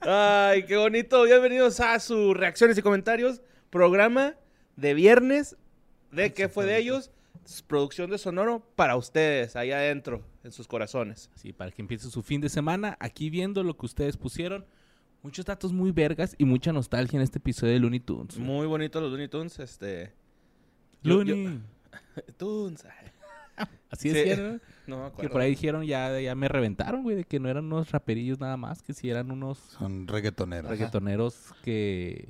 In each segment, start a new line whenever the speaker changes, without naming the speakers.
Ay, qué bonito. Bienvenidos a sus reacciones y comentarios. Programa de viernes de qué fue de ellos. Pues, Producción de Sonoro para ustedes, allá adentro, en sus corazones.
Sí, para que empiece su fin de semana, aquí viendo lo que ustedes pusieron. Muchos datos muy vergas y mucha nostalgia en este episodio de Looney Tunes.
Muy bonitos los Looney Tunes, este... yo-
Looney.
yo- Tunes. ay, Sí.
Así decían, ¿no?
No me
Que
acuerdo.
por ahí dijeron, ya, ya me reventaron, güey, de que no eran unos raperillos nada más, que si eran unos
Son reggaetoneros.
reggaetoneros que...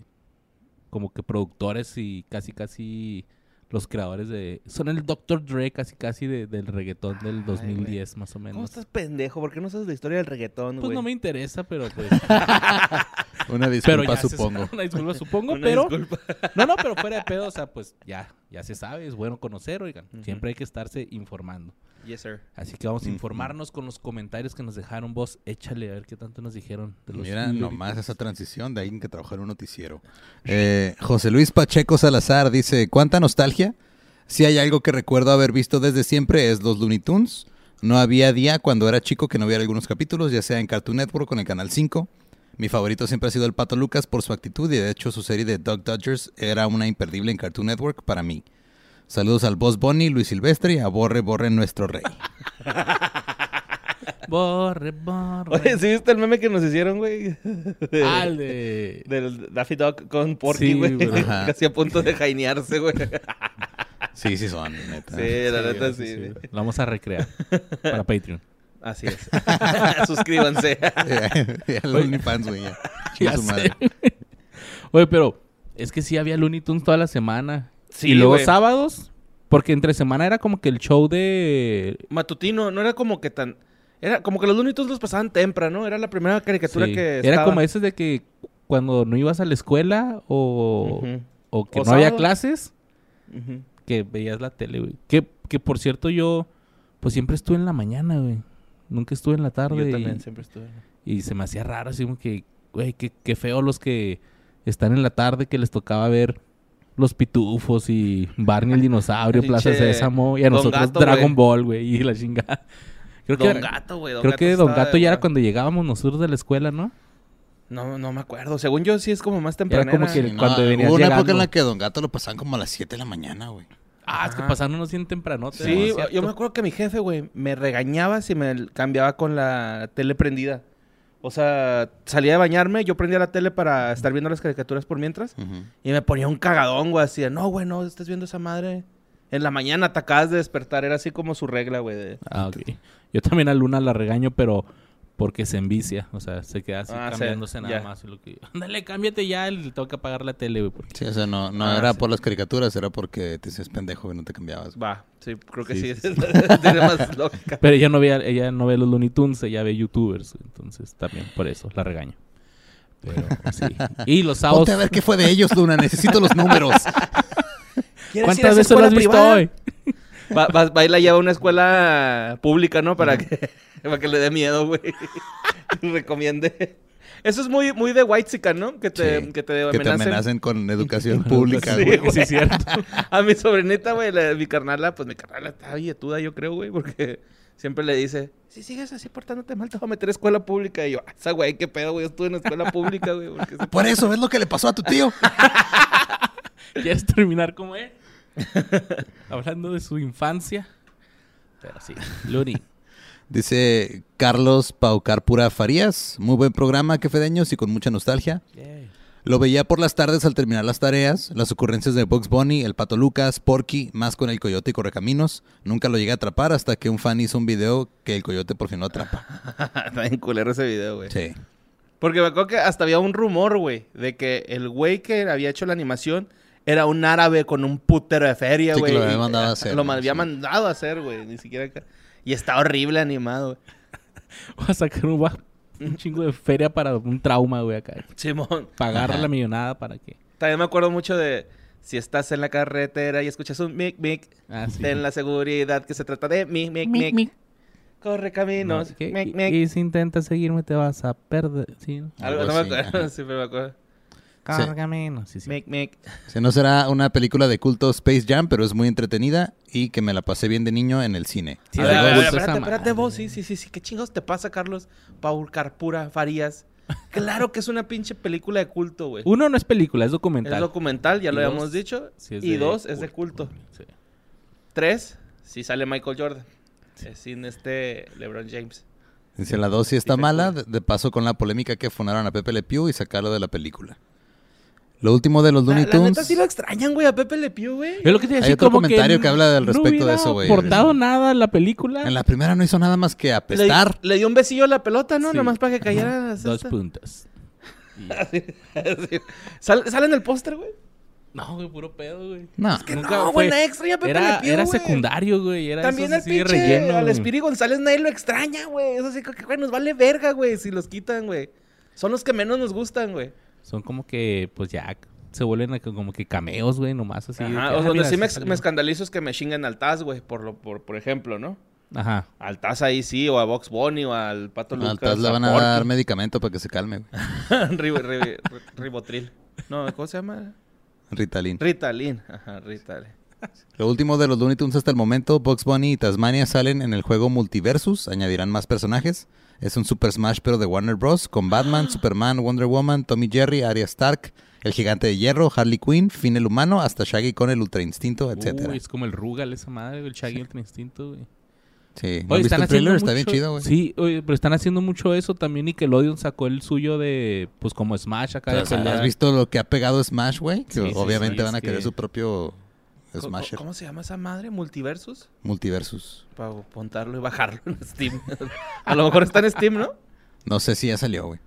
Como que productores y casi, casi los creadores de... Son el Dr. Dre casi, casi de- del reggaetón
Ay,
del
güey.
2010, más o
¿Cómo
menos.
estás pendejo? ¿Por qué no sabes la historia del reggaetón,
Pues
güey?
no me interesa, pero pues...
Una
pero
disculpa,
ya se
supongo.
sabe, una disculpa, supongo,
Una
pero...
disculpa.
No, no, pero fuera de pedo, o sea, pues ya, ya se sabe, es bueno conocer, oigan.
Ujú.
Siempre hay que estarse informando.
Yes, sir.
Así que vamos a
Ujú.
informarnos con los comentarios que nos dejaron vos. Échale a ver qué tanto nos dijeron. de los
Mira
Looney
nomás
Tunes.
esa transición de alguien que trabajó en un noticiero. Eh, José Luis Pacheco Salazar dice, ¿cuánta nostalgia? Si hay algo que recuerdo haber visto desde siempre es los Looney Tunes. No había día cuando era chico que no viera algunos capítulos, ya sea en Cartoon Network o en el Canal 5. Mi favorito siempre ha sido el Pato Lucas por su actitud y de hecho su serie de Doug Dodgers era una imperdible en Cartoon Network para mí. Saludos al Boss Bonnie, Luis Silvestre y a Borre Borre nuestro rey.
Borre, borre.
Oye, ¿sí viste el meme que nos hicieron, güey? Ah,
Al de-
Del Daffy Duck con
Sí,
Porky, güey.
güey.
Ajá.
Casi a punto de jainearse, güey.
Sí, sí son, neta.
Sí, la neta
Sí,
sí.
Lo vamos a recrear para Patreon.
Así es. Suscríbanse.
ya el OnlyFans, güey. ya. Chinga
Ya
su
sé.
madre.
Oye, pero es que sí había Looney Tunes toda la semana.
Sí,
y luego
güey.
sábados, porque entre semana era como que el show de
Matutino, no era como que tan. Era como que los Looney Tunes los pasaban temprano. Era la primera caricatura
Sí.
que.
Era
estaba.
como eso de que cuando no ibas a la escuela o,
Ujú,
o que
O
no había
sábado.
clases,
ujú.
que veías la tele, güey. Que, que por cierto yo, pues siempre estuve en la mañana, güey. Nunca estuve en la tarde.
Yo
y-
también siempre estuve.
Y, se me hacía raro, así como que, güey, qué, qué feo los que están en la tarde que les tocaba ver los pitufos y Barney el dinosaurio, Plaza
Pinche
Sésamo y a
Don
nosotros
Gato,
Dragon
güey.
Ball, güey, y la chingada. Creo que,
Don
era-
Gato, güey.
creo que Don
estaba
Gato
de
ya era
hueva.
cuando llegábamos nosotros de la escuela, ¿no?
No, no me acuerdo. Según yo, sí es como más temprano.
como que el- Cuando
hubo
venías
una época
llegando.
en la que Don Gato lo pasaban como a las 7 de la mañana, güey.
Ah, es que
Ajá.
pasaron unos bien tempranote. ¿no?
Sí,
¿Cierto?
yo me acuerdo que mi jefe, güey, me regañaba si me cambiaba con la tele prendida. O sea, salía de bañarme, yo prendía la tele para estar viendo las caricaturas por mientras. Y me ponía un cagadón, güey, así de, no, güey, no, estás viendo esa madre. En la mañana te acabas de despertar, era así como su regla, güey. de-
Ah, ok. Yo también a Luna la regaño, pero porque se envicia. O sea, se queda así
Ah, sí,
cambiándose nada
ya.
más. y lo que- Ándale, cámbiate ya. Le tengo que apagar la tele, güey. porque-
Sí, o sea, no, no
Ah,
era
sí.
por las caricaturas, era porque te hacías pendejo y no te cambiabas. güey.
Va, sí, creo que sí,
Sí,
tiene más lógica.
Pero ella no, ve, ella no ve los Looney Tunes, ella ve YouTubers. Entonces, también por eso la regaño. Pero sí. Y los sábados.
Ponte a ver qué fue de ellos, Luna. Necesito los números.
¿Cuántas veces lo has visto hoy?
Va, va- va y la lleva a una escuela pública, ¿no? Para que, para que le dé miedo, güey. Recomiende. Eso es muy, muy de White ¿no? Que te,
Sí,
que te
que te
amenacen.
amenacen con educación pública,
Sí,
güey.
güey.
Sí, es cierto.
A mi sobrinita, güey, la- mi carnala, pues mi carnala está billetuda, yo creo, güey, porque siempre le dice, si sigues así portándote mal, te voy a meter a escuela pública. Y yo, "Ah, esa güey, qué pedo, güey, yo estuve en escuela pública, güey. porque se-
Por eso, ¿ves lo que le pasó a tu tío?
¿Quieres terminar como él? Hablando de su infancia. Pero sí. Looney.
Dice Carlos Paucarpura Farías. Muy buen programa, quefedeños, y con mucha nostalgia.
Yay.
Lo veía por las tardes al terminar las tareas, las ocurrencias de Bugs Bunny, el Pato Lucas, Porky, más con el Coyote y Correcaminos. Nunca lo llegué a atrapar hasta que un fan hizo un video que el Coyote por fin lo atrapa.
Está bien culero ese video, güey.
Sí.
Porque me acuerdo que hasta había un rumor, güey, de que el güey que había hecho la animación era un árabe con un putero de feria,
Sí, que
güey.
lo había
y- eh,
mandado a hacer,
Lo
¿no?
había
Sí.
mandado a hacer, güey, ni siquiera... acá. Y está horrible animado, güey.
Voy a sacar un, va- un chingo de feria para un trauma, güey, acá.
Simón.
Pagar
Ajá.
la millonada para que.
También me acuerdo mucho de si estás en la carretera y escuchas un mic mic,
Ah, sí.
ten la seguridad que se trata de mic mic mic. Corre
No,
caminos.
¿qué?
mic,
Y-
mic.
y si intentas seguirme, te vas a perder. Sí, ¿no?
Algo,
Algo
no me
así,
acuerdo,
ajá.
sí, pero me acuerdo.
Cárgame, no, sí, sí.
Mic mic.
Si no será una película de culto Space Jam, pero es muy entretenida y que me la pasé bien de niño en el cine.
Sí,
A
de
ver, a ver,
gusto esa
espérate, espérate
madre.
vos, sí, sí, sí, sí, qué chingados te pasa, Carlos. Paul Carpura Farías. Claro que es una pinche película de culto, güey.
Uno no es película, es documental.
Es documental, ya
Y
lo
dos,
habíamos dicho.
Sí,
y
de
dos, es de culto.
Sí.
Tres, si sale Michael Jordan. Eh, sin este LeBron James.
Dice, la dosis está
te
mala, de de paso con la polémica que funaron a Pepe Le Pew y sacarlo de la película. Lo último de los
La,
Looney
la neta
Tunes.
sí lo extrañan, güey, a Pepe Le Pew, güey.
Es lo que te iba a
Hay
decir,
otro
como
comentario que habla al
no
respecto de
hubiera
eso, güey.
aportado nada a la película.
En la primera no hizo nada más que
Le-
apestar.
Le, dio un besillo a la pelota, ¿no?
Sí.
Nomás para que cayera. la
Dos
cesta. Ah,
puntos. Y-
Sí. Sal- sale en el póster, güey.
No, güey, puro pedo, güey.
No.
Nunca
No,
fue-
güey, nadie extraña a Pepe
Era,
Le Pew,
era
güey.
secundario, güey. Era
También
eso
al
sí de
pinche,
relleno.
al
güey.
Espiri González nadie lo extraña, güey. Eso sí que, güey, nos vale verga, güey, si los quitan, güey. Son los que menos nos gustan, güey.
Son como que, pues ya, se vuelven a- como que cameos, güey, nomás así. de que,
Ajá,
ah,
o donde
mira,
sí me,
salió.
me escandalizo es que me chingan al Taz, güey, por, lo- por, por ejemplo, ¿no?
Ajá.
Al Taz ahí sí, o a Vox Bunny, o al Pato Lucas.
Al Taz le van a
Porky.
dar medicamento para que se calme, güey.
Ribo- ribo- ribotril. No, ¿cómo se llama?
Ritalin.
Ritalin. Ajá, Ritalin.
Lo último de los Looney Tunes hasta el momento, Bugs Bunny y Tasmania salen en el juego Multiversus, añadirán más personajes. Es un Super Smash pero de Warner Bros. con Batman, Superman, Wonder Woman, Tommy Jerry, Arya Stark, el Gigante de Hierro, Harley Quinn, Finn el Humano, hasta Shaggy con el Ultra Instinto, etcétera.
Uy, es como el Rugal esa madre, güey, el Shaggy Ultra Instinto, güey.
Sí, ¿no
Oye,
viste
están
el
haciendo
trailer? Está bien
mucho-
chido, güey.
Sí, oye, pero están haciendo mucho eso también. Nickelodeon sacó el suyo de, pues como Smash acá.
Pero,
de
o sea,
pelear.
¿Has visto lo que ha pegado Smash, güey? Que
Sí, sí,
obviamente
sí,
van a
es
querer
que-
su propio
Co- co-
Smasher.
¿Cómo se llama esa madre? ¿Multiversus?
Multiversus.
Para apuntarlo y bajarlo en Steam. a lo mejor está en Steam, ¿no?
No sé si ya salió, güey.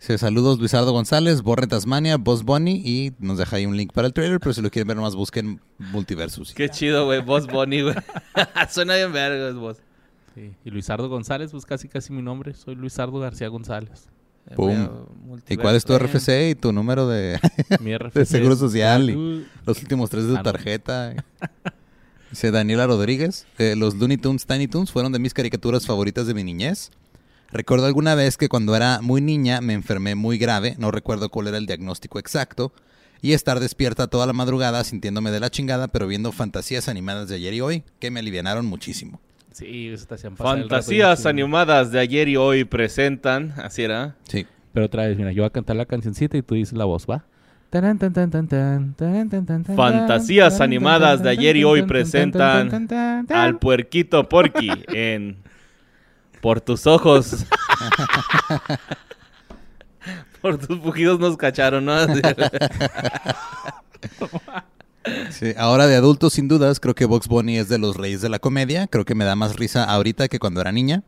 Dice, saludos Luisardo González, Borre Tasmania, Boss Bunny y nos deja ahí un link para el trailer, pero si lo quieren ver nomás busquen Multiversus.
Qué chido, güey. Boss Bunny, güey. Suena bien vergas, vos.
Sí, Y Luisardo González, pues casi casi mi nombre. Soy Luisardo García González.
Eh,
Pum. ¿Y cuál es tu RFC y tu número de,
Mi RFC.
de seguro social y
Uh,
los últimos tres de
Ah,
tu
no.
tarjeta? Dice Daniela Rodríguez, eh, los Looney Tunes, Tiny Tunes fueron de mis caricaturas favoritas de mi niñez. Recuerdo alguna vez que cuando era muy niña me enfermé muy grave, no recuerdo cuál era el diagnóstico exacto, y estar despierta toda la madrugada sintiéndome de la chingada, pero viendo fantasías animadas de ayer y hoy que me alivianaron muchísimo.
Sí, eso te hacían pasar el rato bien
Fantasías
chido.
animadas de ayer y hoy presentan. Así era.
Sí.
Pero otra vez, mira, yo voy a cantar la cancioncita y tú dices la voz, ¿va? Tarán, tan, tan, tan, tan, tarán, tan, tan, tan,
Fantasías
tarán,
animadas
tan,
de
tan,
ayer y
tan,
hoy
tan, tan,
presentan
tan, tan, tan,
Al puerquito Porky en Por tus ojos. Por tus pujidos nos cacharon, ¿no? Así era.
Sí, ahora de adulto, sin dudas, creo que Box Bunny es de los reyes de la comedia. Creo que me da más risa ahorita que cuando era niña.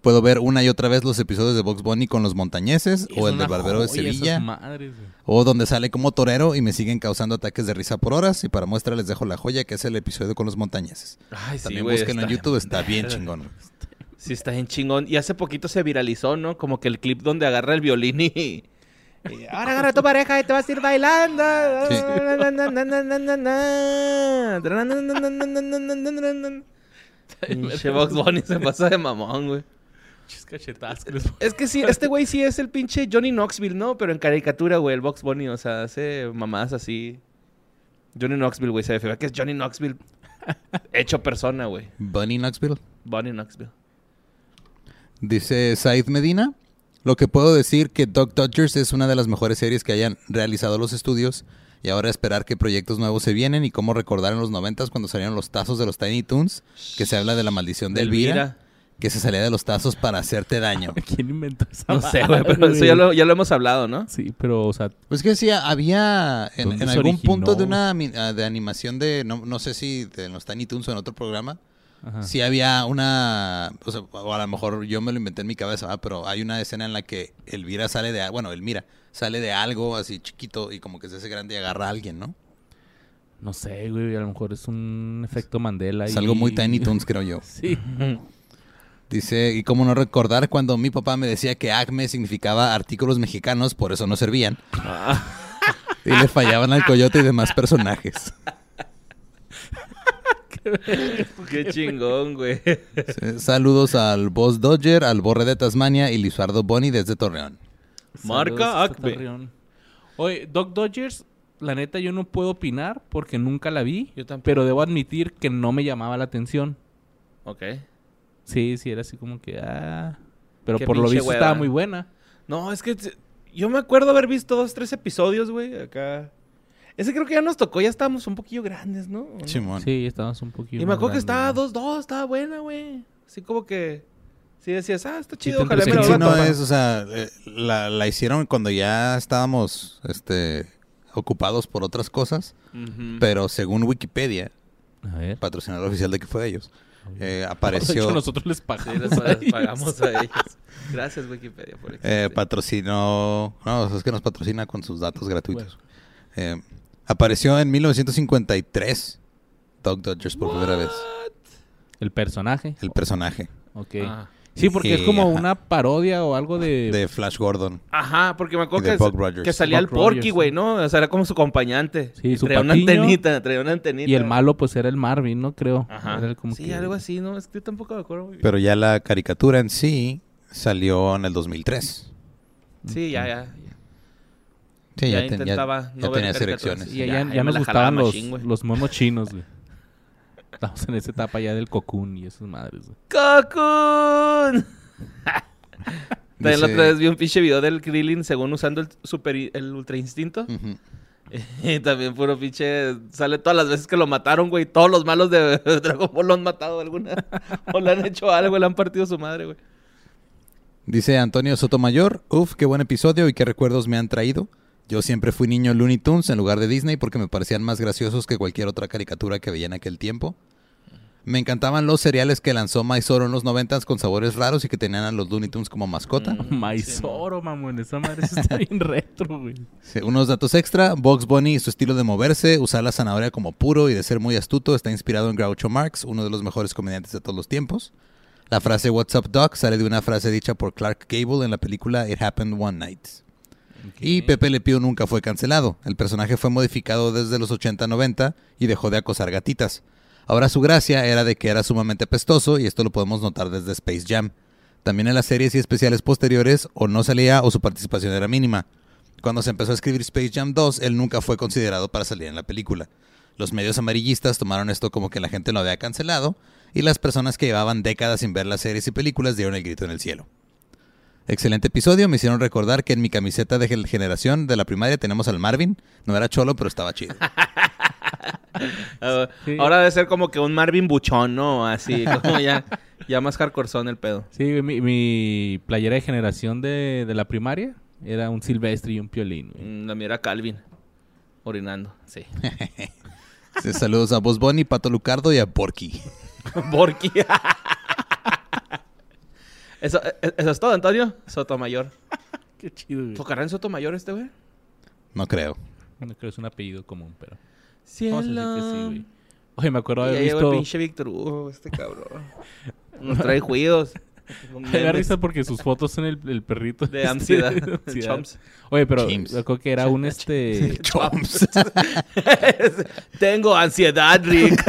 Puedo ver una y otra vez los episodios de Box Bunny con los montañeses
Es
o el
una
del barbero de
joya esas
Sevilla
madres, güey.
o donde sale como torero y me siguen causando ataques de risa por horas. Y para muestra les dejo la joya que es el episodio con los montañeses.
Ay, sí,
También
güey,
búsquenlo en
está-
YouTube, está bien chingón.
Sí, está bien chingón. Y hace poquito se viralizó, ¿no? Como que el clip donde agarra el violín y... y, Ahora agarra a tu pareja y te vas a ir bailando.
Sí.
Na, na, na, na, na, na, na. Na, na, na, na, na, na, na, na, na, na, na. Pinche Box Bunny se pasa de mamón, güey.
Chis cachetadas que les pongo.
Es que sí, este güey sí es el pinche Johnny Knoxville, ¿no? Pero en caricatura, güey, el Box Bunny, o sea, hace mamadas así. Johnny Knoxville, güey, se ve que es Johnny Knoxville hecho persona, güey.
Bunny Knoxville.
Bunny Knoxville.
Dice Said Medina, lo que puedo decir que Doc Dodgers es una de las mejores series que hayan realizado los estudios y ahora esperar qué proyectos nuevos se vienen y cómo recordar en los noventas cuando salieron los tazos de los Tiny Toons, que se habla de la maldición de Elvira, que se salía de los tazos para hacerte daño.
¿Quién inventó esa
No sé,
madre,
güey, pero eso ya lo, ya lo hemos hablado, ¿no?
Sí, pero, o sea,
Pues que sí, había en,
¿Dónde
en
se
algún
originó?
punto de una ami- ah, de animación de, no, no sé si de los Tiny Toons o en otro programa,
ajá.
Sí había una, o sea, o a lo mejor yo me lo inventé en mi cabeza, ¿va? pero hay una escena en la que Elvira sale de, a- bueno, Elmira sale de algo así chiquito y como que se hace grande y agarra a alguien, ¿no?
no sé, güey, a lo mejor es un efecto Mandela.
Es
y-
algo muy Tiny Toons, creo yo.
Sí.
Dice, y cómo no recordar cuando mi papá me decía que ACME significaba artículos mexicanos, por eso no servían. Y le fallaban al coyote y demás personajes.
Qué chingón, güey.
Sí, Saludos al Boss Dodger, al Borre de Tasmania y Luisardo Boni desde Torreón.
Marca
Saludos hasta
Acme.
Torreón. Oye, Doc Dodgers, la neta yo no puedo opinar porque nunca la vi.
Yo tampoco.
Pero debo admitir que no me llamaba la atención.
Ok.
Sí, sí, era así como que, ah... Pero
Qué
por lo
pinche
visto
hueva.
estaba muy buena.
No, es que t- yo me acuerdo haber visto dos, tres episodios, güey, acá. Ese creo que ya nos tocó, ya estábamos un poquillo grandes, ¿no? ¿O no?
Simón.
Sí, estábamos un poquito.
Y me acuerdo que estaba
más grandes,
2-2, estaba buena, güey. Así como que. Sí, decías, ah, está chido,
te
ojalá me lo
Es
entretiene,
vuelva a tomar.
que no es, o sea, eh, la, la hicieron cuando ya estábamos este, ocupados por otras
eh.
cosas,
Ujú.
pero según Wikipedia,
¿no? A ver.
patrocinador oficial de que fue de ellos, eh,
De hecho,
apareció,
nosotros les
Sí, les
pagamos.
pa-
a
les
ellos.
pagamos a ellos. Gracias, Wikipedia, por
eh,
existir.
patrocinó, no, es que nos patrocina con sus datos gratuitos. Eh, apareció en 1953 Doc Dodgers por primera vez,
El personaje.
el personaje
Ok.
Ah.
Sí, porque es
Y,
como
ajá.
una parodia o algo de...
de Flash Gordon.
Ajá, porque me
Y de
acuerdo
Buck
que,
Rogers.
que salía
Buck
el Porky,
Rogers,
güey,
sí.
¿no? O sea, era como su acompañante.
Sí, su
traía una
patiño.
antenita, traía una antenita.
Y el malo, pues, era el Marvin, ¿no? Creo.
Ajá.
Era el como
sí,
que-
algo así, ¿no? Es que yo tampoco me acuerdo. muy bien.
Pero ya la caricatura en sí salió en el 2003.
sí, ya, ya. Ya
Sí, ya, ten- ya-
intentaba no
ya
ver
tenía
caricaturas.
selecciones.
Y ya,
Ya,
ya,
ahí
ya
me
nos
la
gustaban
jalaba
los,
machín, güey.
los monos chinos, güey. Estamos en esa etapa ya del cocoon y esas madres, güey.
¡Cocoon! También la
Dice-
otra vez vi un pinche video del Krillin según usando el super el ultra instinto.
Ujú. Mm.
Y también puro pinche sale todas las veces que lo mataron, güey. Todos los malos de Dragon Ball lo han matado alguna. o le han hecho algo, le han partido su madre, güey.
Dice Antonio Sotomayor, uf, qué buen episodio y qué recuerdos me han traído. Yo siempre fui niño Looney Tunes en lugar de Disney porque me parecían más graciosos que cualquier otra caricatura que veía en aquel tiempo. Me encantaban los cereales que lanzó Mysore en los noventas con sabores raros y que tenían a los Looney Tunes como mascota.
Mm,
Maizoro, mamón. Esa madre sí está bien retro, güey.
Sí, unos datos extra, Box Bunny y su estilo de moverse, usar la zanahoria como puro y de ser muy astuto está inspirado en Groucho Marx, uno de los mejores comediantes de todos los tiempos. La frase What's up, Doc? sale de una frase dicha por Clark Gable en la película It Happened One Night. Y Pepe Le Pew nunca fue cancelado. El personaje fue modificado desde los 80-90 y dejó de acosar gatitas. Ahora su gracia era de que era sumamente pestoso y esto lo podemos notar desde Space Jam. También en las series y especiales posteriores o no salía o su participación era mínima. Cuando se empezó a escribir Space Jam 2, él nunca fue considerado para salir en la película. Los medios amarillistas tomaron esto como que la gente lo había cancelado y las personas que llevaban décadas sin ver las series y películas dieron el grito en el cielo. Excelente episodio, me hicieron recordar que en mi camiseta de gel- generación de la primaria tenemos al Marvin. No era cholo, pero estaba chido.
Ah,
Sí.
Ahora debe ser como que un Marvin Buchón, ¿no? Así, como ya, ya más hardcoreón el pedo.
Sí, güey, mi, mi playera de generación de, de la primaria era un silvestre y un piolín, güey.
Mm, La mira Calvin orinando, sí.
Sí, Saludos a Vos Bonnie, Pato Lucardo y a Porky.
Borky. eso, eh, eso es todo, Antonio. Sotomayor.
Qué chido, güey.
¿Tocará en Sotomayor este güey?
No creo.
No creo que es un apellido común, pero... Vamos a
Cielo.
decir que sí, güey. Oye, me acuerdo
Y
haber
ahí llegó el
visto...
pinche Víctor Hugo, este cabrón. Nos trae juidos. Con
Me da
memes
risa porque sus fotos son el, el perrito.
De
este,
ansiedad.
de
El
ansiedad.
Chomps.
Oye, pero
Chimps.
me acuerdo que era un este...
Chomps.
Tengo ansiedad, Rick.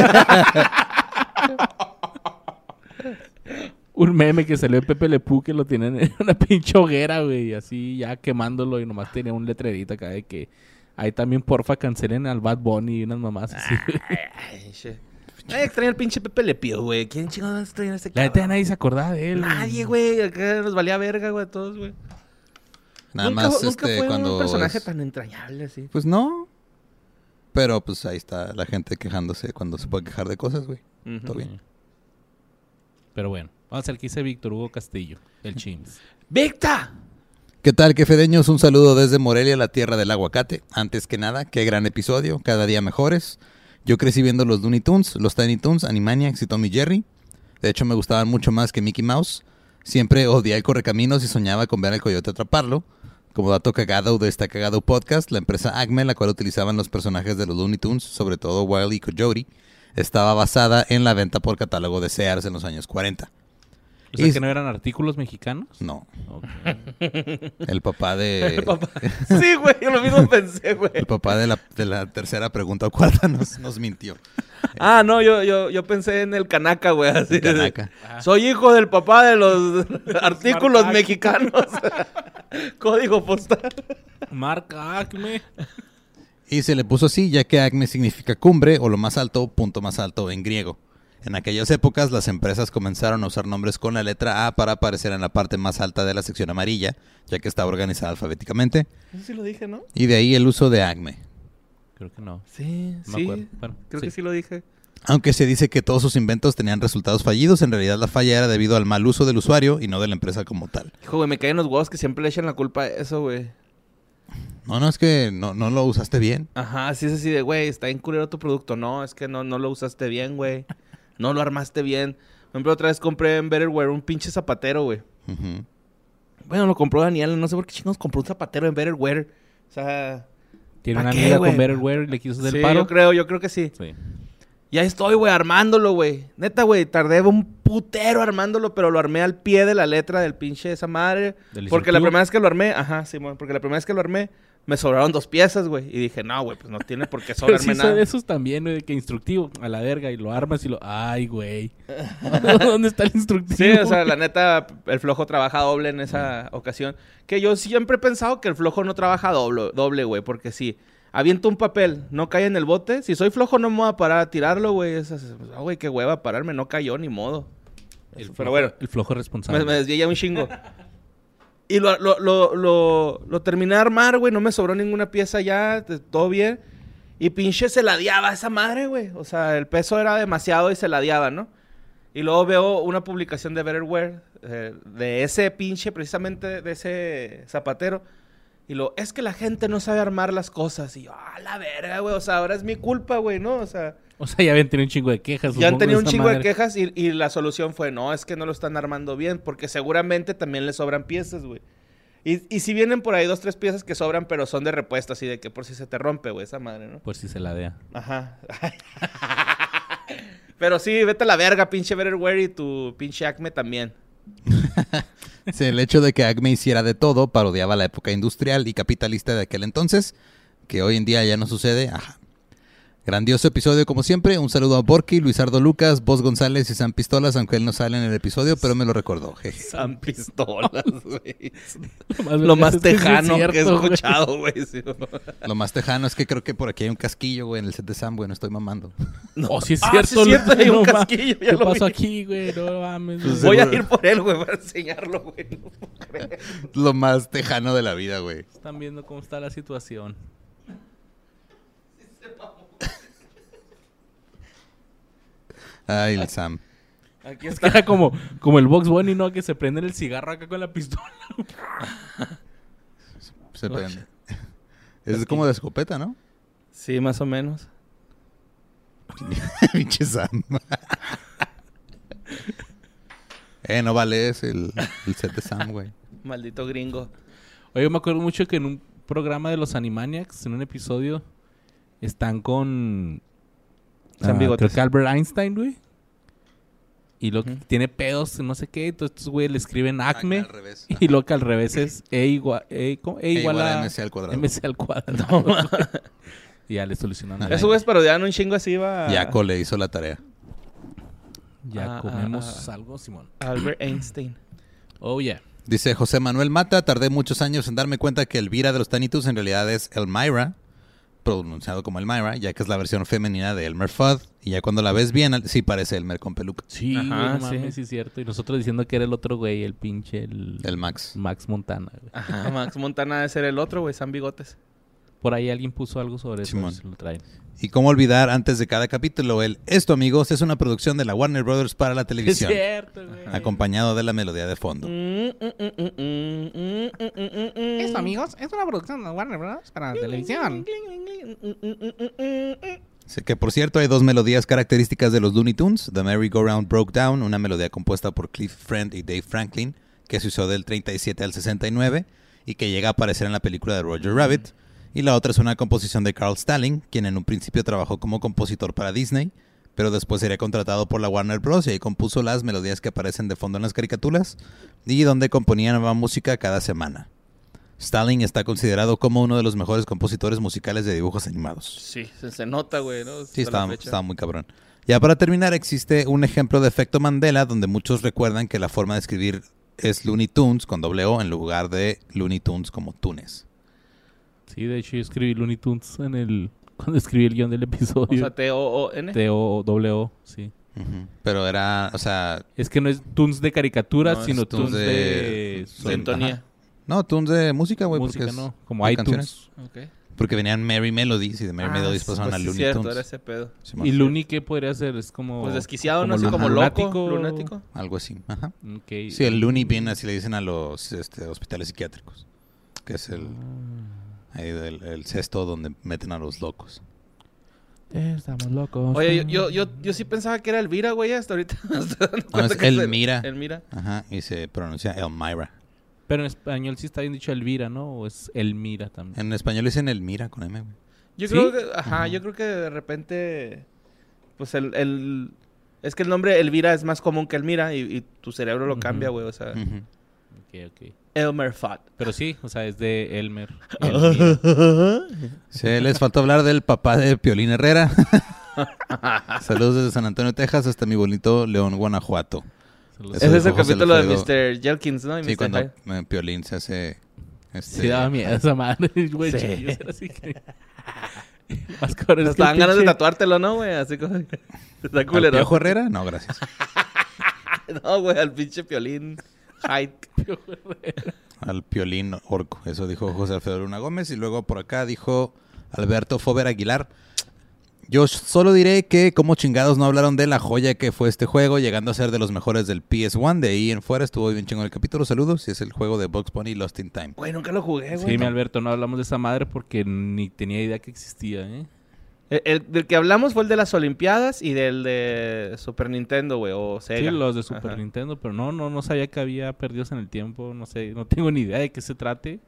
Un meme que salió de Pepe Le Pew que lo tienen en una pinche hoguera, güey. Así ya quemándolo y nomás tenía un letrerito acá de que... Ahí también, porfa, cancelen al Bad Bunny y unas mamás así.
Ah,
güey.
Ay, che. Nadie extraña al pinche Pepe Le Pew, güey. ¿Quién chingados extraña a este
La neta ya
cabrón?
nadie se acordaba de él.
Nadie, güey. Acá nos valía verga, güey, a todos, güey.
Nada
nunca,
más
nunca
este,
fue
cuando.
un personaje
es-
tan entrañable así.
Pues no. Pero pues ahí está la gente quejándose cuando se puede quejar de cosas, güey. Todo bien.
Pero bueno, vamos a ver qué dice Víctor Hugo Castillo, el Chimps.
¡Victa!
¿Qué tal, quefedeños? Un saludo desde Morelia, la tierra del aguacate. Antes que nada, qué gran episodio, cada día mejores. Yo crecí viendo los Looney Tunes, los Tiny Tunes, Animaniacs y Tommy Jerry. De hecho, me gustaban mucho más que Mickey Mouse. Siempre odié el correcaminos y soñaba con ver al coyote atraparlo. Como dato cagado de este cagado podcast, la empresa Acme, la cual utilizaban los personajes de los Looney Tunes, sobre todo Wile y Coyote, estaba basada en la venta por catálogo de Sears en los años 40.
O sea,
Y-
que no eran artículos mexicanos.
No,
Ok.
el papá de...
El papá. Sí, güey, yo lo mismo pensé, güey.
El papá de la, de la tercera pregunta o cuarta nos, nos mintió.
Ah, no, yo, yo, yo pensé en el canaca, güey. Así de-
Canaca.
Soy hijo del papá de los artículos
Act.
mexicanos. Código postal.
Marca
ah,
Acme.
Y se le puso así, ya que acme significa cumbre o lo más alto, punto más alto en griego. En aquellas épocas, las empresas comenzaron a usar nombres con la letra A para aparecer en la parte más alta de la sección amarilla, ya que estaba organizada alfabéticamente,
Eso sí lo dije, ¿no?
y de ahí el uso de ACME.
Creo que no.
Sí,
No me
sí.
acuerdo. Bueno,
Creo
sí.
que sí lo dije.
Aunque se dice que todos sus inventos tenían resultados fallidos, en realidad la falla era debido al mal uso del usuario y no de la empresa como tal.
Hijo, güey, me caen los huevos que siempre le echan la culpa a eso, güey.
No, no, es que no, no lo usaste bien.
Ajá, sí es así de, güey, está bien culero tu producto. No, es que no, no lo usaste bien, güey. No lo armaste bien. Por ejemplo, otra vez compré en Betterware un pinche zapatero, güey.
Ujú.
Bueno, lo compró Daniel, no sé por qué chingados compró un zapatero en Betterware. O sea,
Tiene
¿Pa
una
qué,
amiga
güey?
con Betterware y le quiso hacer
sí,
el paro.
yo creo, yo creo que sí.
Sí.
Ya estoy, güey, armándolo, güey. Neta, güey, tardé un putero armándolo, pero lo armé al pie de la letra del pinche esa madre.
Del
Porque la
instructivo.
primera vez que lo armé, ajá, sí, güey, porque la primera vez que lo armé, me sobraron dos piezas, güey. Y dije, no, güey, pues no tiene por qué
Pero
sobrarme
sí son
nada.
esos también, güey, que instructivo, a la verga, y lo armas y lo... Ay, güey. ¿Dónde está el instructivo?
Sí, o sea, la neta, el flojo trabaja doble en esa ocasión. Que yo siempre he pensado que el flojo no trabaja doble, doble, güey, porque si aviento un papel, no cae en el bote, si soy flojo no me voy a parar a tirarlo, güey. Esas- Ah, güey, qué hueva pararme, no cayó, ni modo.
El
Pero
flojo-
bueno.
El flojo
Me,
responsable.
me desvié ya un chingo. Y lo, lo, lo, lo- lo terminé de armar, güey. No me sobró ninguna pieza ya. te- Todo bien. Y pinche se ladeaba esa madre, güey. O sea, el peso era demasiado y se ladeaba, ¿no? Y luego veo una publicación de Betterware eh, de ese pinche, precisamente de ese zapatero. Y lo, es que la gente no sabe armar las cosas. Y yo, ah, la verga, güey. O sea, ahora es mi culpa, güey, ¿no? O sea.
O sea, ya habían tenido un chingo de quejas.
Ya han
Pues supongo,
tenido un
esa
chingo de
madre.
quejas y, y la solución fue, no, es que no lo están armando bien, porque seguramente también le sobran piezas, güey. Y, y si vienen por ahí dos, tres piezas que sobran, pero son de repuesto, así de que por si se te rompe, güey, esa madre, ¿no?
Por si Pues se la dea.
Ajá. pero sí, vete a la verga, pinche Betterware y tu pinche Acme también.
Sí, el hecho de que ACME hiciera de todo parodiaba la época industrial y capitalista de aquel entonces, que hoy en día ya no sucede. Ajá. Grandioso episodio como siempre. Un saludo a Borky, Luisardo Lucas, Vos González y San Pistolas, aunque él no sale en el episodio, pero me lo recordó. jeje.
San pistolas, güey.
verga
Lo más
es que sí es
tejano que he
cierto, güey.
escuchado, güey. sí.
Lo más tejano es que creo que por aquí hay un casquillo, güey, en el set de Sam, güey, no estoy mamando.
No, Oh, sí es
Ah,
cierto.
sí es cierto,
no,
hay un
no, ma-
casquillo, ya
¿Qué
lo
pasó
vi.
aquí, güey? No mames. güey.
Pues,
Voy a
Seguro.
ir por él, güey, para enseñarlo, güey. No puedo creer.
Lo más tejano de la vida, güey.
Están viendo cómo está la situación.
Ay, el Sam.
Aquí
Es que era como, como el Box Bunny, ¿no? Que se prenden el cigarro acá con la pistola.
Se prende. Es como de escopeta, ¿no?
Sí, más o menos.
Pinche Sam. eh, no vale ese, el, el set de Sam, güey.
Maldito gringo.
Oye, yo me acuerdo mucho que en un programa de los Animaniacs, en un episodio, están con. ah,
San Bigotes.
creo que Albert Einstein, güey. Y lo
Ujú.
tiene pedos, no sé qué. Entonces estos güeyes le escriben acme.
Al revés.
y lo que al revés es E igual, e, ¿cómo? E
E
igual a
MC al cuadrado.
MC al cuadrado. güey. y ya le solucionaron.
Ajá.
Eso, güey, es parodiando un chingo así va.
Yaco le hizo la tarea.
Ya
Ah,
comemos
ah,
algo, Simón.
Albert Einstein.
Oh, yeah.
Dice José Manuel Mata, tardé muchos años en darme cuenta que Elvira de los Tanitus en realidad es Elmira, pronunciado como Elmira, ya que es la versión femenina de Elmer Fudd. Y ya cuando la ves bien, al- sí parece Elmer con peluca.
Sí,
Ajá,
güey, no
sí.
mames, sí es cierto. Y nosotros diciendo que era el otro güey, el pinche, el,
El Max.
Max Montana. güey.
Ajá, Max Montana debe ser el otro, güey, San Bigotes.
Por ahí alguien puso algo sobre eso.
Simón.
si lo traen.
Y cómo olvidar antes de cada capítulo el Esto amigos es una producción de la Warner Brothers para la
Es
televisión,
cierto, güey.
acompañado de la melodía de fondo.
Eso,
Esto, amigos, es una producción de Warner Bros. para la televisión.
Sí, que por cierto hay dos melodías características de los Looney Tunes, The Merry Go Round Broke Down, una melodía compuesta por Cliff Friend y Dave Franklin, que se usó del 37 al 69 y que llega a aparecer en la película de Roger Rabbit, y la otra es una composición de Carl Stalling, quien en un principio trabajó como compositor para Disney, pero después sería contratado por la Warner Bros. y ahí compuso las melodías que aparecen de fondo en las caricaturas y donde componía nueva música cada semana. Stalling está considerado como uno de los mejores compositores musicales de dibujos animados.
Sí, se, se nota, güey, ¿no? Hasta
Sí,
la
estaba,
fecha.
estaba muy cabrón. Ya para terminar, existe un ejemplo de efecto Mandela donde muchos recuerdan que la forma de escribir es Looney Tunes con doble O en lugar de Looney Tunes como Tunes.
Sí, de hecho yo escribí Looney Tunes en el... Cuando escribí el guión del
O
episodio.
sea, T-O-O-N.
T-O-O-W, sí.
Ujú. Pero era, o sea,
Es que no es Tunes de caricaturas,
No, es
sino
Toons
Tunes de,
de-
son-
de-
Sintonía.
ajá. no, tunes de música, güey.
música,
porque es-
¿no? Como
de
iTunes.
canciones.
Okay.
Porque venían Merry Melodies y de Merry
Ah,
Melodies
sí,
pasaron
pues
a
sí,
Pues Looney
cierto,
Tunes.
era ese pedo.
Simón.
¿Y Looney qué podría ser? Es como...
Pues desquiciado,
como
¿no? Así
lun-
como loco,
lunático.
lunático.
Algo así. Ajá.
Ok.
Sí, el Looney Bin, así le dicen a los este, hospitales psiquiátricos. Que es el,
Ah,
Ah.
ahí del- el cesto donde meten a los locos.
eh, Estamos locos.
Oye, yo, yo, yo, yo sí pensaba que era Elvira, güey, hasta ahorita. me estoy dando cuenta
es
que
Elmira.
Elmira.
Ajá, y se pronuncia Elmira.
Pero en español sí está bien dicho Elvira, ¿no? O es Elmira también.
En español dicen Elmira con M. güey.
Yo
¿Sí?
creo que, ajá, yo creo que de repente, pues el, el- es que el nombre Elvira es más común que Elmira y, y tu cerebro lo
Ujú.
cambia, güey, o sea,
Ujú.
Ok, ok.
Elmer Fudd.
Pero sí, o sea, es de Elmer. Elmira.
Se les faltó hablar del papá de Piolín Herrera. Saludos desde San Antonio, Texas, hasta mi bonito León, Guanajuato.
Saludos.
Eso
Ese es
dijo
el
José
capítulo de
Alfredo.
Mr. Jelkins, ¿no? Y
Sí,
Mr.
cuando
Hyde.
eh, Piolín se hace... Este,
Sí, ah, daba miedo esa madre, güey.
Sí.
chiquillos, era así que- Más cabrón es
Nos
que el
daban ganas de
pinche-
tatuártelo, ¿no, güey? Así como... Está
¿Al
culero.
Piojo Herrera? No, gracias.
No, güey, al pinche Piolín. Hyde.
al Piolín Orco. Eso dijo José Alfredo Luna Gómez. Y luego por acá dijo Alberto Fover Aguilar. Yo solo diré que como chingados no hablaron de la joya que fue este juego, llegando a ser de los mejores del PS1. De ahí en fuera estuvo bien chingón el capítulo. Saludos. Y es el juego de Bugs Bunny Lost in Time.
Güey, nunca lo jugué, güey.
Sí, mi Alberto, no hablamos de esa madre porque ni tenía idea que existía, ¿eh?
El, el del que hablamos fue el de las Olimpiadas y del de Super Nintendo, güey, o Sega.
Sí, los de Super
Ajá.
Nintendo, pero no, no, no sabía que había perdidos en el tiempo, no sé, no tengo ni idea de qué se trate.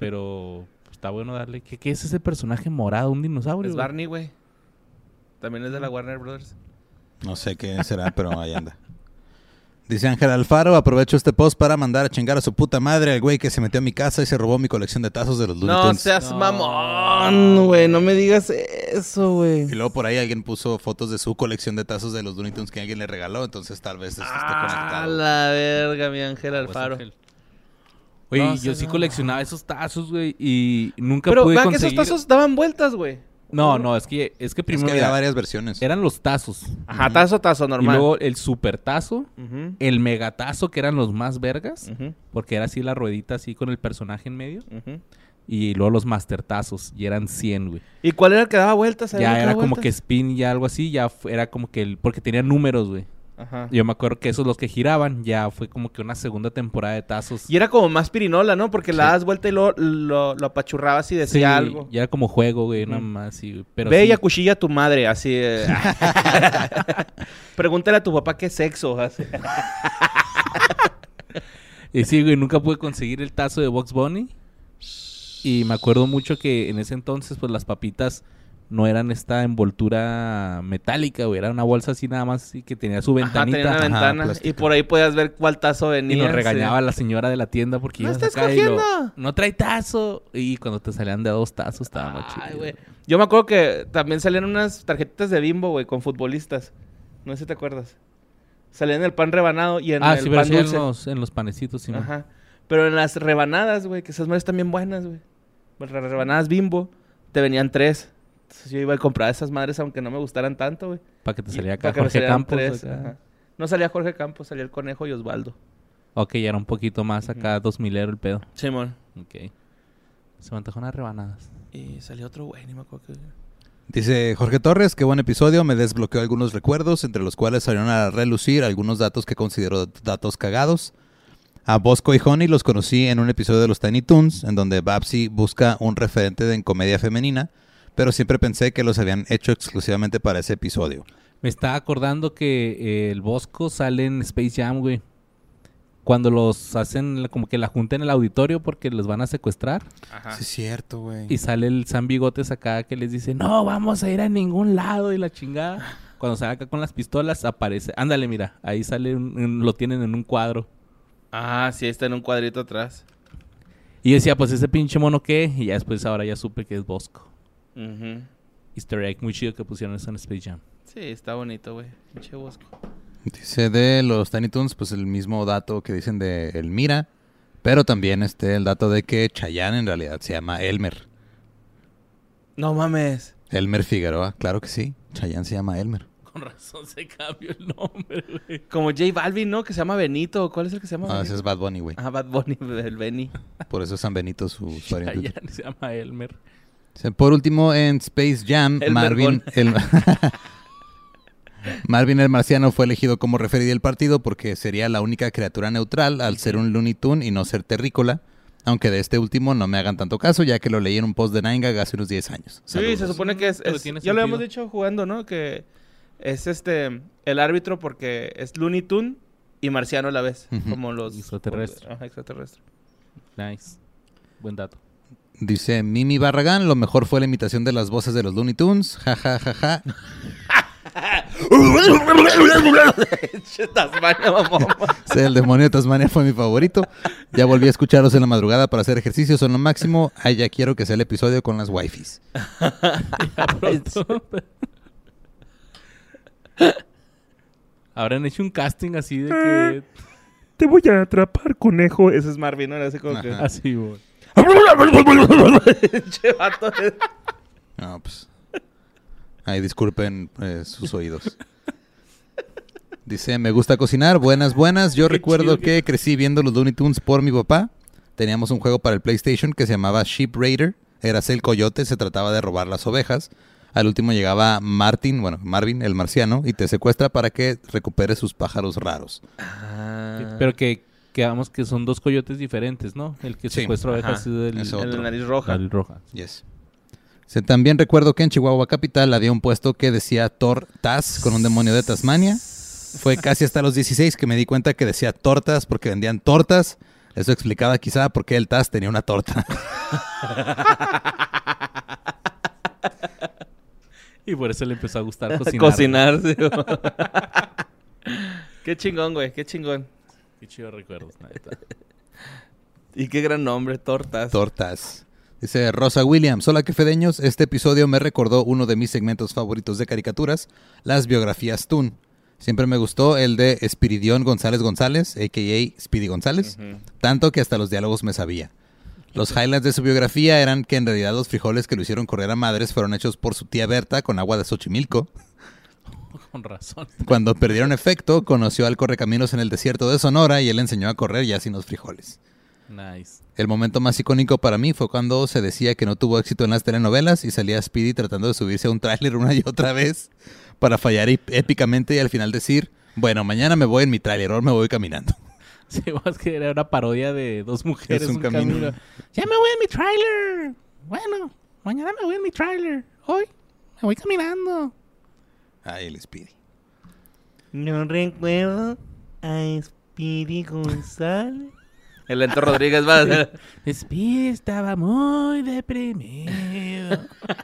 pero pues, está bueno darle. ¿Qué, qué es ese personaje morado? ¿Un dinosaurio?
Es
güey?
Barney, güey. También es de la Warner Brothers.
No sé qué será, pero ahí anda. Dice Ángel Alfaro, aprovecho este post para mandar a chingar a su puta madre al güey que se metió a mi casa y se robó mi colección de tazos de los Looney
No
Tunes.
seas
No.
mamón, güey. No me digas eso, güey.
Y luego por ahí alguien puso fotos de su colección de tazos de los Looney Tunes que alguien le regaló, entonces tal vez esto esté
Ah,
conectado.
la verga, mi Ángel
Pues,
Alfaro.
Ángel. Oye,
No,
yo
sí,
sí
no.
coleccionaba esos tazos, güey, y nunca
Pero
pude
vean que
conseguir...
esos tazos daban vueltas, güey.
No, no, es que, es que
Es
primero
que había
era-
varias versiones.
eran los tazos.
Ajá, tazo, tazo, normal.
Y luego el super tazo,
Ujú,
el megatazo, que eran los más vergas,
ujú,
porque era así la ruedita así con el personaje en medio.
ujú.
Y luego los mastertazos, y eran 100, güey.
¿Y cuál era el que daba vueltas? ¿Sabía el
Ya
que
era
daba
como que
vueltas?
spin, ya algo así, ya fu- era como que el, porque tenía números, güey.
Ajá.
Yo me acuerdo que esos los que giraban, ya fue como que una segunda temporada de tazos.
Y era como más pirinola, ¿no? Porque la das vuelta y lo, lo, lo apachurrabas y
Sí,
decía algo. Mm.
Ya era como juego, güey, nada
Ujú.
más, sí, güey. Pero
Ve
sí,
y acuchilla a tu madre, así. eh. Pregúntale a tu papá qué sexo. Así.
y sí, güey, nunca pude conseguir el tazo de Box Bunny. Y me acuerdo mucho que en ese entonces, pues las papitas no eran esta envoltura metálica, güey. Era una bolsa así nada más y que tenía su
Ajá,
ventanita.
tenía una
Ajá,
ventana.
plástico.
y por ahí podías ver cuál tazo venía.
Y nos
sí.
regañaba la señora de la tienda porque
¡No
ibas
estás
acá y lo,
cogiendo!
no trae tazo. Y cuando te salían de a dos tazos estaba muy
Ay,
chido.
güey. Yo me acuerdo que también salían unas tarjetitas de bimbo, güey, con futbolistas. No sé si te acuerdas. Salían en el pan rebanado y en
Ah,
el
sí, pero
pan
sí, en
dulce.
los, en los panecitos, sí. man.
Ajá. Pero en las rebanadas, güey, que esas madres están bien buenas, güey. Pues Las rebanadas bimbo, te venían tres. Entonces yo iba a comprar esas madres aunque no me gustaran tanto, güey.
Para que te
Y-
salía acá
para que me
Jorge
salieran
Campos.
tres,
acá.
ajá. No salía Jorge Campos, salía el conejo y Osvaldo.
Ok, ya era un poquito más acá, dos milero el pedo.
Simón.
Ok. Se me antojó unas rebanadas.
Y salió otro güey, ni me acuerdo qué.
Dice Jorge Torres, qué buen episodio, me desbloqueó algunos recuerdos, entre los cuales salieron a relucir algunos datos que considero datos cagados. A Bosco y Honey los conocí en un episodio de los Tiny Toons, en donde Babsy busca un referente de en comedia femenina, pero siempre pensé que los habían hecho exclusivamente para ese episodio.
Me estaba acordando que eh, el Bosco sale en Space Jam, güey. Cuando los hacen la- como que la junta en el auditorio porque los van a secuestrar.
Ajá.
es cierto, güey.
Y sale el San Bigotes acá que les dice, no, vamos a ir a ningún lado y la chingada. Cuando sale acá con las pistolas, aparece. Ándale, mira, ahí sale, un- un- lo tienen en un cuadro.
Ah, sí, está en un cuadrito atrás.
Y yo decía, pues ese pinche mono qué. Y ya después ahora ya supe que es Bosco.
Ujú.
Easter egg muy chido que pusieron eso en Space Jam.
Sí, está bonito, güey. Pinche bosco.
Dice de los Tiny Toons, pues el mismo dato que dicen de Elmira, pero también este el dato de que Chayanne en realidad se llama Elmer.
No mames.
Elmer Figueroa, claro que sí. Chayanne se llama Elmer.
Con razón se cambió el nombre, güey.
Como J Balvin, ¿no? Que se llama Benito. ¿Cuál es el que se llama?
Ah,
Benito?
ese es Bad Bunny, güey.
Ah, Bad Bunny, el Benny.
Por eso San Benito es su usuario en
Chayanne
Twitter.
se llama Elmer.
Dice, Por último, en Space Jam,
El
Marvin el... Marvin el Marciano fue elegido como referee del partido porque sería la única criatura neutral al ser un Looney Tune y no ser terrícola. Aunque de este último no me hagan tanto caso, ya que lo leí en un post de Nine Gag hace unos 10 años.
Sí, se
Saludos.
supone que es...
Pero
es-
tiene
ya lo
sentido.
hemos dicho jugando, ¿no? Que es este... El árbitro porque es Looney Tune y marciano a la vez.
Ujú.
Como los...
Extraterrestre.
Ajá, extraterrestre.
Nice. Buen dato.
Dice Mimi Barragán, lo mejor fue la imitación de las voces de los Looney Tunes. Ja, ja, ja, ja.
Che, Tasmania, mamón.
Sí, el demonio de Tasmania fue mi favorito. Ya volví a escucharlos en la madrugada para hacer ejercicio, son lo máximo. Ay, ya quiero que sea el episodio con las wifis.
Ya pronto. Habrán hecho un casting así de que.
Te voy a atrapar, conejo. Ese es Marvin, ¿no? Era Así como que...
Ajá.
Así, güey.
che, vato.
No, pues. Ay, disculpen eh, sus oídos. Dice, me gusta cocinar, buenas, buenas. Yo
Qué
recuerdo
chido que-
que crecí viendo los Looney Tunes por mi papá. Teníamos un juego para el PlayStation que se llamaba Sheep Raider. Eras el coyote, se trataba de robar las ovejas. Al último llegaba Martin, bueno, Marvin, el marciano, y te secuestra para que recuperes sus pájaros raros.
Ah.
Pero que quedamos que son dos coyotes diferentes, ¿no? El que
Sí,
secuestra ovejas
ajá.
es el,
Eso.
En
otro.
la nariz roja.
el roja.
Yes. Se, también recuerdo que en Chihuahua Capital había un puesto que decía Thor Taz con un demonio de Tasmania. Fue casi hasta los 16 que me di cuenta que decía tortas porque vendían tortas. Eso explicaba quizá por qué el Taz tenía una torta.
Y por eso le empezó a gustar cocinar.
Cocinar. sí, güey. qué chingón, güey. Qué chingón.
Qué chido recuerdos, la neta.
Y qué gran nombre, tortas.
Tortas. Dice Rosa Williams, hola que fedeños, este episodio me recordó uno de mis segmentos favoritos de caricaturas, las biografías Toon. Siempre me gustó el de Espiridión González González, a.k.a. Speedy González, tanto que hasta los diálogos me sabía. Los highlights de su biografía eran que en realidad los frijoles que lo hicieron correr a madres fueron hechos por su tía Berta con agua de Xochimilco.
Con razón.
Cuando perdieron efecto, conoció al correcaminos en el desierto de Sonora y él le enseñó a correr ya sin los frijoles.
Nice.
El momento más icónico para mí fue cuando se decía que no tuvo éxito en las telenovelas y salía Speedy tratando de subirse a un tráiler una y otra vez para fallar ép- épicamente y al final decir, bueno, mañana me voy en mi tráiler, ahora me voy caminando.
Sí, más que era una parodia de dos mujeres.
Es un
un, camino.
camino.
Ya me voy en mi trailer. Bueno, mañana me voy en mi trailer. Hoy me voy caminando.
Ay, el Speedy.
No recuerdo a Speedy González. El Lento Rodríguez va a ser.
Speedy estaba muy deprimido.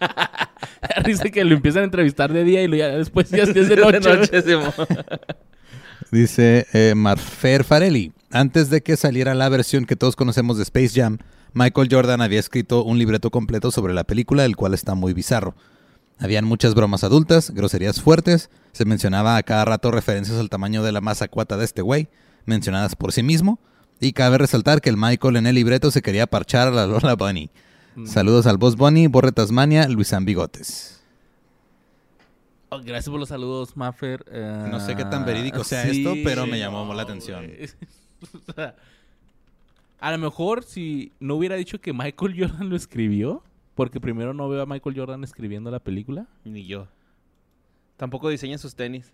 Dice que lo empiezan a entrevistar de día y lo ya después ya es de noche.
Simón.
Dice eh, Marfer Farelli. Antes de que saliera la versión que todos conocemos de Space Jam, Michael Jordan había escrito un libreto completo sobre la película, el cual está muy bizarro. Habían muchas bromas adultas, groserías fuertes, se mencionaba a cada rato referencias al tamaño de la masa cuata de este güey, mencionadas por sí mismo, y cabe resaltar que el Michael en el libreto se quería parchar a la Lola Bunny.
Mm.
Mm.
Saludos al Boss Bunny, Borre Tasmania, Luisán Bigotes.
Oh, gracias por los saludos, Maffer. Eh,
No sé qué tan verídico sea esto, pero me llamó la atención.
güey. O sea, a lo mejor si no hubiera dicho que Michael Jordan lo escribió, porque primero no veo a Michael Jordan escribiendo la película.
Ni yo. Tampoco diseña sus tenis.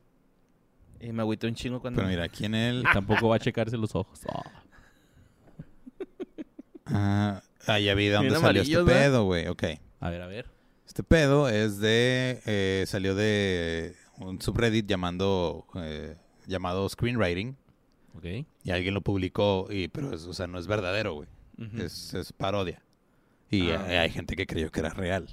Y me agüité un chingo cuando.
Pero mira, aquí en
Y
el...
Ah.
tampoco va a checarse los ojos. Oh.
Ah, ah, ya vi de dónde
Bien
salió este
amarillos, ¿verdad?
pedo, güey. Ok.
A ver, a ver.
Este pedo es de. eh, salió de un subreddit llamando, eh, llamado Screenwriting.
Ok. Eh,
Y alguien lo publicó, y, pero es- o sea, no es verdadero, güey.
Ujú.
es, es parodia. Y
Ah.
eh, hay gente que creyó que era real.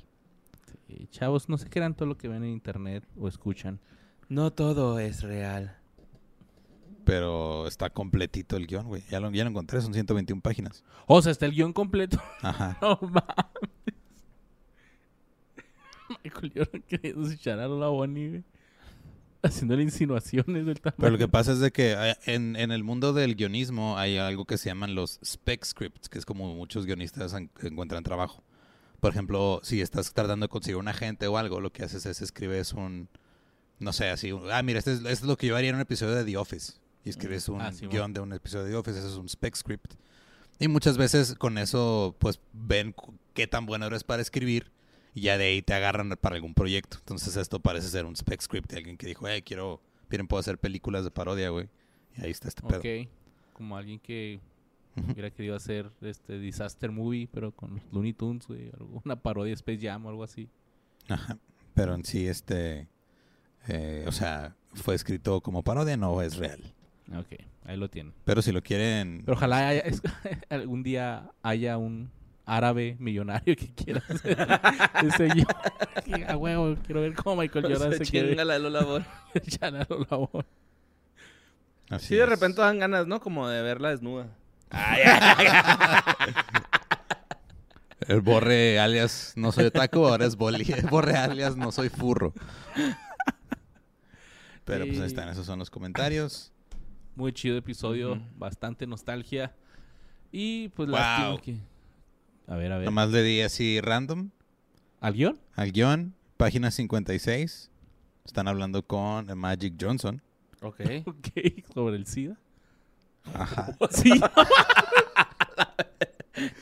Eh, Chavos, no se crean todo lo que ven en internet o escuchan.
No todo es real.
Pero está completito el guión, güey. Ya lo, ya lo encontré, son 121 páginas.
O sea, está el guión completo.
Ajá.
No mames. Michael Jordan queriendo echar a la Bonnie, güey. Haciéndole insinuaciones del tamaño.
Pero lo que pasa es de que eh, en, en el mundo del guionismo hay algo que se llaman los spec scripts, que es como muchos guionistas en- encuentran trabajo. Por ejemplo, si estás tratando de conseguir un agente o algo, lo que haces es escribes un no sé, así, ah, mira, este es, esto es lo que yo haría en un episodio de The Office. Y escribes un
Ah, sí,
guión de un episodio de The Office, eso es un spec script. Y muchas veces con eso, pues, ven cu- qué tan bueno eres para escribir y ya de ahí te agarran para algún proyecto. Entonces esto parece ser un spec script de alguien que dijo, eh, quiero, miren, puedo hacer películas de parodia, güey. Y ahí está este pedo.
Ok. Como alguien que
Ujú.
hubiera querido hacer este disaster movie, pero con los Looney Tunes, güey. algo- Una parodia de Space Jam o algo así.
Ajá. Pero en sí, este, eh, o sea, fue escrito como parodia, no es real.
Ok, ahí lo tienen.
Pero si lo quieren...
Pero ojalá haya- es- algún día haya un árabe millonario que quiera hacer ese guión. Que, A huevo, quiero ver cómo Michael Jordan se, quiere
la labor.
echar a lo labor.
así
Sí, de
es.
repente dan ganas, ¿no? Como de verla desnuda.
El Eh, borre alias no soy taco, ahora es boli. El borre alias no soy furro. Pero pues ahí están, esos son los comentarios.
Muy chido episodio,
Ujú.
bastante nostalgia. Y pues
Wow.
lástima que... A ver, a ver.
Nomás le di así random
¿Al guión?
al guión, página 56. Están hablando con eh, Magic Johnson.
Ok.
Ok, sobre el SIDA.
Ajá.
Sí.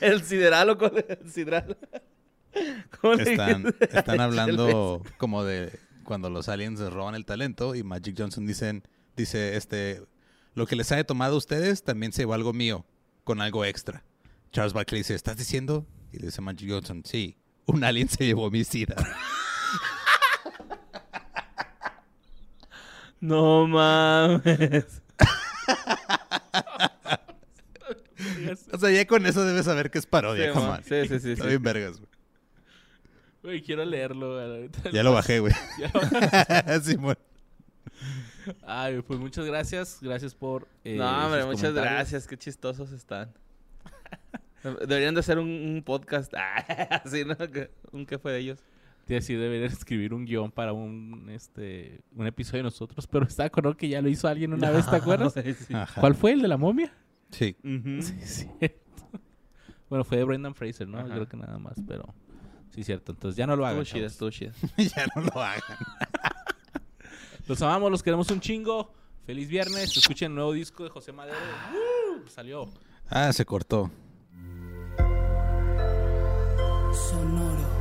El sideral o con el sidral. ¿Cómo le
Están,
dijiste?
están hablando como de cuando los aliens les roban el talento y Magic Johnson dicen, dice, este, lo que les haya tomado a ustedes también se llevó algo mío, con algo extra. Charles Barkley dice, ¿estás diciendo? Y le dice Magic Johnson, sí, un alien se llevó mi sida.
No mames.
O sea, ya con eso debes saber que es parodia,
Sí,
come
ma.
on.
sí, sí, sí.
Está
sí.
bien vergas, güey.
Güey, quiero leerlo. güey, ahorita.
Ya lo bajé, güey.
Ya lo-
Simón.
Ay, pues muchas gracias. Gracias por... eh,
no, hombre,
sus
muchas
comentarios.
gracias. Qué chistosos están. Deberían de hacer un, un podcast. Ah, sí, ¿no? Que- Un que fue de ellos.
Te decía, debería escribir un guión para un, este, un episodio de nosotros, pero estaba con algo que ya lo hizo alguien una vez, ¿te acuerdas?
güey, sí.
Ajá.
¿Cuál fue? ¿El de la momia?
Sí.
Ujú.
Sí, cierto. Bueno, fue de Brendan Fraser, ¿no?
Ajá.
Creo que nada más, pero sí, cierto. Entonces ya no lo hagan.
Estuvo chida,
chavos.
estuvo chida.
ya no lo hagan.
Los amamos, los queremos un chingo. Feliz viernes. Escuchen el nuevo disco de José Madero. ¡Uh! Salió.
Ah, se cortó.
Sonoro.